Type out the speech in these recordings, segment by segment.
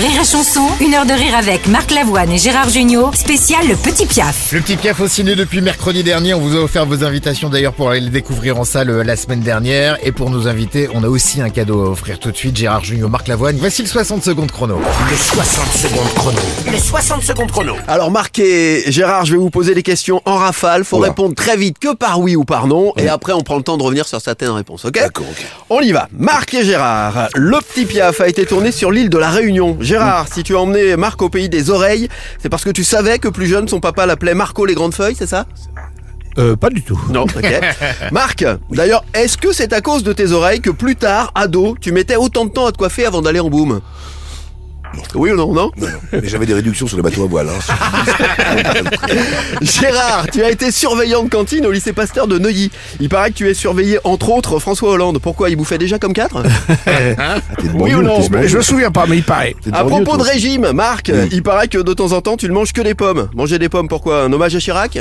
Rire et chanson, une heure de rire avec Marc Lavoine et Gérard Junior, spécial le petit piaf. Le petit piaf au ciné depuis mercredi dernier. On vous a offert vos invitations d'ailleurs pour aller les découvrir en salle euh, la semaine dernière. Et pour nos invités, on a aussi un cadeau à offrir tout de suite. Gérard Junior, Marc Lavoine. Voici le 60 secondes chrono. Le 60 secondes chrono. Le 60 secondes chrono. Alors Marc et Gérard, je vais vous poser des questions en rafale. Faut répondre très vite que par oui ou par non. Et après, on prend le temps de revenir sur certaines réponses, ok D'accord, ok. On y va. Marc et Gérard, le petit piaf a été tourné sur l'île de la Réunion. Gérard, si tu as emmené Marc au pays des oreilles, c'est parce que tu savais que plus jeune, son papa l'appelait Marco les grandes feuilles, c'est ça Euh, pas du tout. Non, ok. Marc, d'ailleurs, est-ce que c'est à cause de tes oreilles que plus tard, ado, tu mettais autant de temps à te coiffer avant d'aller en boom Oui ou non, non Non, non. Mais j'avais des réductions sur les bateaux à voile. Hein. Gérard, tu as été surveillant de cantine au lycée Pasteur de Neuilly. Il paraît que tu es surveillé entre autres François Hollande. Pourquoi il bouffait déjà comme quatre T'es de Ah Oui banlieue, ou non t'es de banlieue. Je me souviens pas, mais il paraît. T'es de À banlieue, propos de toi. régime, Marc, il paraît que de temps en temps tu ne manges que des pommes. Manger des pommes, pourquoi Un hommage à Chirac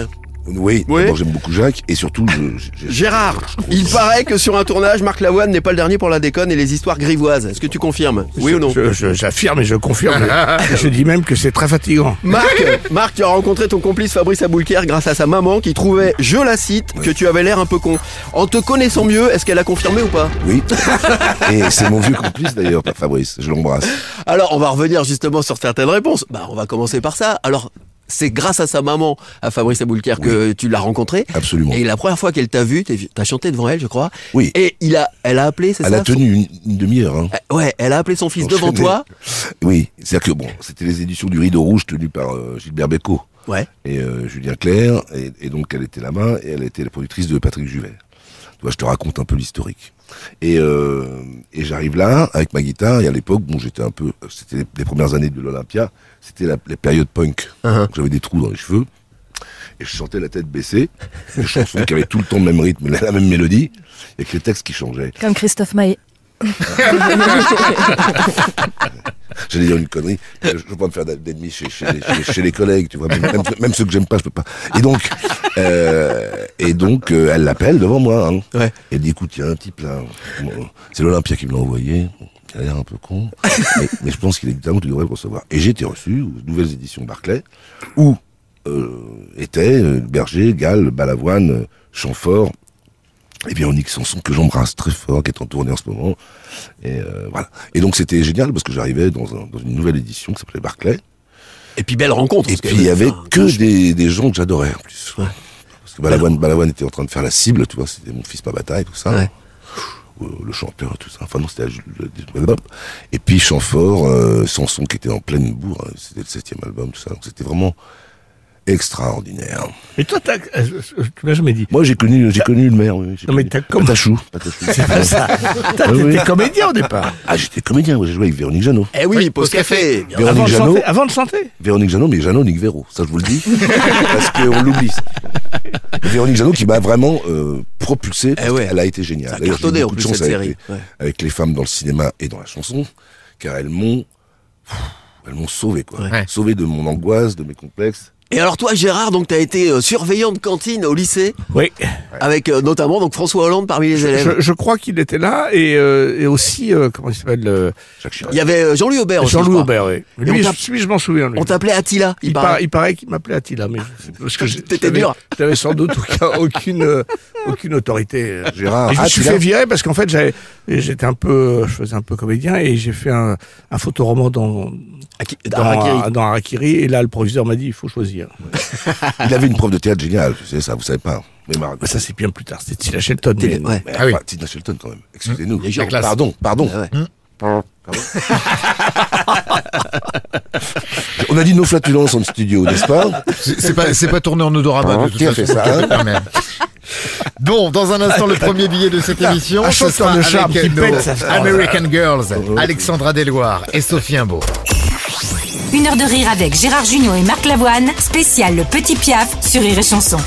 Oui, Oui. d'abord, j'aime beaucoup Jacques et surtout. je- je- je- Gérard, il paraît que sur un tournage, Marc Lavoine n'est pas le dernier pour la déconne et les histoires grivoises. Est-ce que tu confirmes Oui ou non Je- je- J'affirme et je confirme. Et je dis même que c'est très fatigant. Marc, Marc, tu as rencontré ton complice Fabrice Aboulker grâce à sa maman qui trouvait, je la cite, que tu avais l'air un peu con. En te connaissant mieux, est-ce qu'elle a confirmé ou pas Oui. Et c'est mon vieux complice d'ailleurs, Fabrice. Je l'embrasse. Alors, on va revenir justement sur certaines réponses. Bah, on va commencer par ça. Alors, c'est grâce à sa maman, à Fabrice Aboulker, que tu l'as rencontré. Absolument. Et la première fois qu'elle t'a vu, t'es- t'as chanté devant elle, je crois. Oui. Et il a, elle a appelé, c'est ça Elle a tenu une, une demi-heure. Hein. Euh, Ouais, elle a appelé son fils devant Enchaîné. toi. Oui, c'est-à-dire que bon, c'était les éditions du Rideau Rouge tenues par euh, Gilbert Bécaud Ouais. et euh, Julien Clerc. Et, et donc, elle était là-bas et elle était la productrice de Patrick Juvet. Tu vois, je te raconte un peu l'historique. Et, euh, et j'arrive là avec ma guitare. Et à l'époque, bon, j'étais un peu. C'était les, les premières années de l'Olympia. C'était la, la période punk. Donc, J'avais des trous dans les cheveux. Et je chantais la tête baissée. Des chansons qui avaient tout le temps le même rythme, la, la même mélodie. Et que les textes qui changeaient. Comme Christophe Maé. J'allais dire une connerie. Je ne veux pas me faire d'ennemis chez, chez, chez- chez les collègues, tu vois. Même, même- même ceux que j'aime pas, je peux pas. Et donc, euh, et donc euh, elle l'appelle devant moi. Hein. Ouais. Elle dit, écoute, il y a un type là. Bon, C'est l'Olympia qui me l'a envoyé. Il a l'air un peu con. Mais, mais je pense qu'il est évidemment tu devrais le recevoir. Et j'ai été reçu aux nouvelles éditions Barclay, où euh, étaient euh, Berger, Gall, Balavoine, euh, Chamfort, et Véronique Sanson, que j'embrasse très fort, qui est en tournée en ce moment. Et euh, voilà. Et donc c'était génial parce que j'arrivais dans, un- dans une nouvelle édition qui s'appelait Barclay. Et puis belle rencontre. Et parce puis que- il y avait que des, des gens que j'adorais en plus. Parce que Balavoine, Balavoine était en train de faire la cible, tu vois, c'était mon fils ma bataille, tout ça. Ouais. Euh, Le chanteur, tout ça. Enfin non, c'était la- le- le- Et puis Chamfort, euh, Sanson qui était en pleine bourre, hein, c'était le septième album, tout ça. Donc c'était vraiment extraordinaire. Mais toi, t'as- euh, tu m'as jamais dit. Moi j'ai connu, j'ai connu le maire. Oui, j'ai Non, mais connu- t'as comme- Patachou. Patachou. T'as- Oui, oui. T'étais comédien au départ. Ah j'étais comédien, moi, j'ai joué avec Véronique Jeannot. Eh oui, Oui, pause pause café. café. bien Véronique Avant de, Jeannot. chanter, avant de chanter. Véronique Jeannot, mais Jeannot nique Véro, ça je vous le dis, parce qu'on l'oublie. ça. Véronique Jeannot qui m'a vraiment euh, propulsé, parce Eh ouais. elle a été géniale. Ça a D'ailleurs, j'ai eu cartonné, en beaucoup de plus, chance cette avec, série. les- Ouais. avec les femmes dans le cinéma et dans la chanson, car elles m'ont pff, elles m'ont sauvé, quoi. Ouais. Sauvé de mon angoisse, de mes complexes. Et alors toi Gérard, donc t'as été euh, surveillant de cantine au lycée Oui. avec euh, notamment donc François Hollande parmi les élèves. Je, je crois qu'il était là et, euh, et aussi, euh, comment il s'appelle euh, Jacques Chirac. Il y avait euh, Jean-Louis Aubert aussi. je Jean-Louis crois. Aubert, oui. Et on Lui, je, t'a- lui, je m'en souviens. Lui. On t'appelait Attila, il, Il, par- paraît. il paraît qu'il m'appelait Attila, mais je- parce que je- T'étais j'avais- dur. J'avais sans doute aucun- aucune euh, aucune autorité. Ah, euh. Gérard, ah, Et je me suis Attila. fait virer parce qu'en fait j'avais- j'étais un peu, je faisais un peu comédien et j'ai fait un, un photoroman dans Aki- dans Harakiri. dans Harakiri, et là le proviseur m'a dit il faut choisir. Il avait une prof de théâtre géniale, tu sais ça, vous savez pas. hein. Mais Marc, Mais ça c'est bien plus tard, c'était Tila Shelton. Télé- ouais. mais Ah oui. enfin, Tina Shelton quand même. Excusez-nous. Les gens, La classe. Pardon, pardon. Ah ouais. On a dit nos flatulences en studio, n'est-ce pas C'est c'est pas, c'est pas tourné en odorama de toute Qui a façon. fait ça, je te hein le permets. Ah, Bon, dans un instant, le premier billet de cette émission, un ce chanteur sera de charme avec qui nos pète, ça fait- American Girls, Alexandra Deloire et Sophie Imbeau. Une heure de rire avec Gérard Junior et Marc Lavoine, spécial le petit piaf sur Rire et chanson.